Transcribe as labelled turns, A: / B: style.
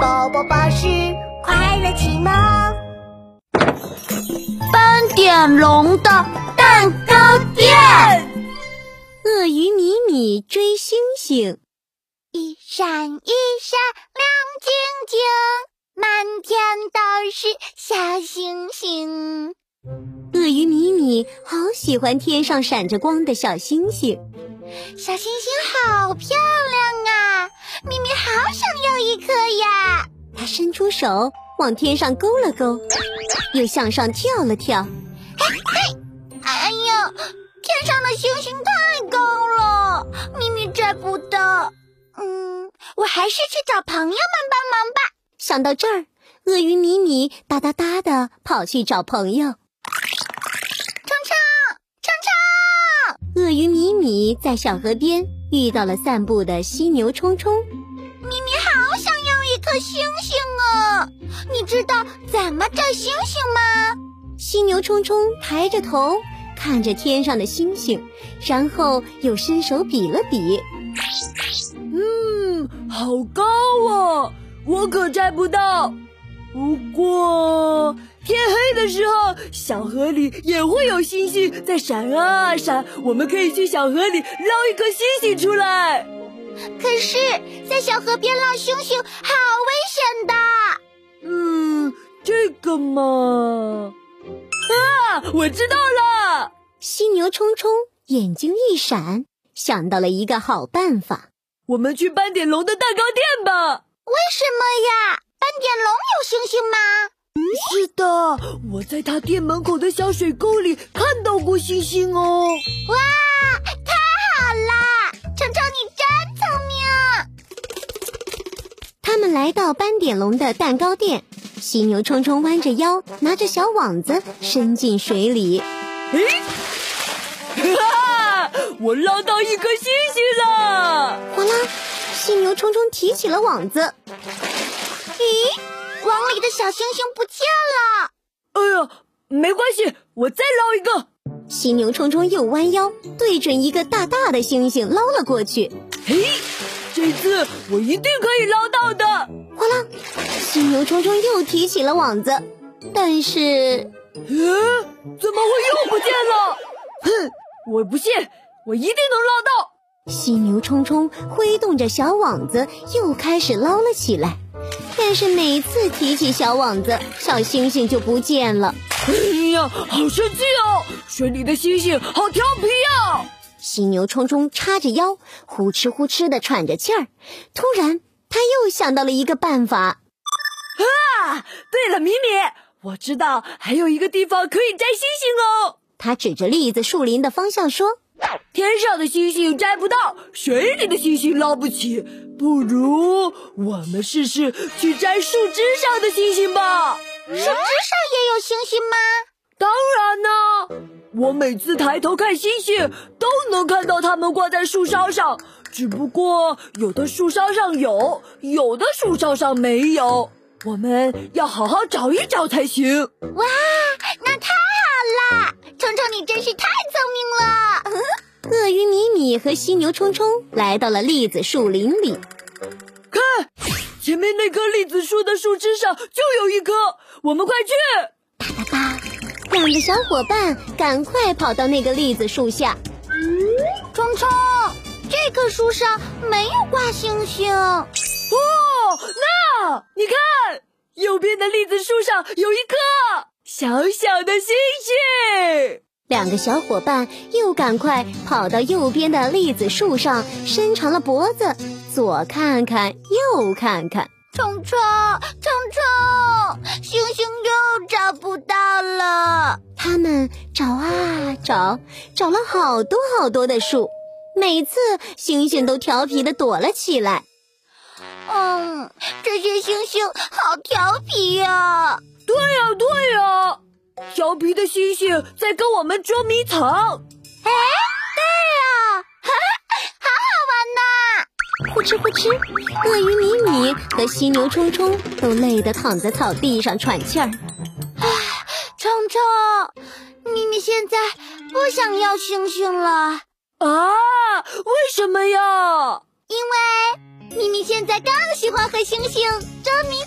A: 宝宝巴士快乐启蒙，
B: 斑点龙的蛋糕店。鳄鱼米米追星星，
A: 一闪一闪亮晶晶，满天都是小星星。
B: 鳄鱼米米好喜欢天上闪着光的小星星。
A: 小星星好漂亮啊！咪咪好想要一颗呀！
B: 它伸出手往天上勾了勾，又向上跳了跳。
A: 哎呦，天上的星星太高了，咪咪摘不到。嗯，我还是去找朋友们帮忙吧。
B: 想到这儿，鳄鱼米米哒哒哒的跑去找朋友。
A: 程程，程程，
B: 鳄鱼米米在小河边遇到了散步的犀牛冲冲。
A: 咪咪好想要一颗星星啊！你知道怎么摘星星吗？
B: 犀牛冲冲抬着头看着天上的星星，然后又伸手比了比。
C: 嗯，好高哦，我可摘不到。不过天黑的时候，小河里也会有星星在闪啊闪，我们可以去小河里捞一颗星星出来。
A: 可是，在小河边捞星星好危险的。
C: 嗯，这个嘛，啊，我知道了。
B: 犀牛冲冲眼睛一闪，想到了一个好办法。
C: 我们去斑点龙的蛋糕店吧。
A: 为什么呀？斑点龙有星星吗？
C: 是的，我在他店门口的小水沟里看到过星星哦。
A: 哇，太好了！程程，你真聪明。
B: 他们来到斑点龙的蛋糕店，犀牛冲冲弯着腰，拿着小网子伸进水里。
C: 诶，啊，我捞到一颗星星了！
B: 哗啦，犀牛冲冲提起了网子，
A: 咦，网里的小星星不见了。
C: 哎呀，没关系，我再捞一个。
B: 犀牛冲冲又弯腰对准一个大大的星星捞了过去。
C: 嘿，这次我一定可以捞到的。
B: 哗啦，犀牛冲冲又提起了网子，但是
C: 嗯，怎么会又不见了？哼，我不信，我一定能捞到。
B: 犀牛冲冲挥动着小网子又开始捞了起来。但是每次提起小网子，小星星就不见了。
C: 哎呀，好生气哦！水里的星星好调皮哦呀、
B: 犀牛冲冲叉着腰，呼哧呼哧地喘着气儿。突然，他又想到了一个办法。
C: 啊！对了，米米，我知道还有一个地方可以摘星星哦。
B: 他指着栗子树林的方向说
C: 天上的星星摘不到，水里的星星捞不起，不如我们试试去摘树枝上的星星吧。
A: 树枝上也有星星吗？
C: 当然呢，我每次抬头看星星，都能看到它们挂在树梢上，只不过有的树梢上有，有的树梢上没有。我们要好好找一找才行。
A: 哇，那太好了！程程，你真是太聪明了。：“
B: 鳄鱼米米和犀牛冲冲来到了栗子树林里。
C: 看，前面那棵栗子树的树枝上就有一颗，我们快去！
B: 两个小伙伴赶快跑到那个栗子树下。
A: 冲冲，这棵树上没有挂星星。
C: 哦，那你看，右边的栗子树上有一颗小小的星星。
B: 两个小伙伴又赶快跑到右边的栗子树上，伸长了脖子，左看看，右看看。
A: 冲冲，冲冲，星星又找不到了。
B: 他们找啊找，找了好多好多的树，每次星星都调皮的躲了起来。
A: 嗯，这些星星好调皮啊呀、
C: 对呀、对呀、调皮的星星在跟我们捉迷藏。
B: 呼哧呼哧，鳄鱼米米和犀牛冲冲都累得躺在草地上喘气儿。
A: 冲冲，咪咪现在不想要星星了，
C: 啊，为什么呀？
A: 因为
B: 咪咪现在更喜欢黑猩猩，真咪。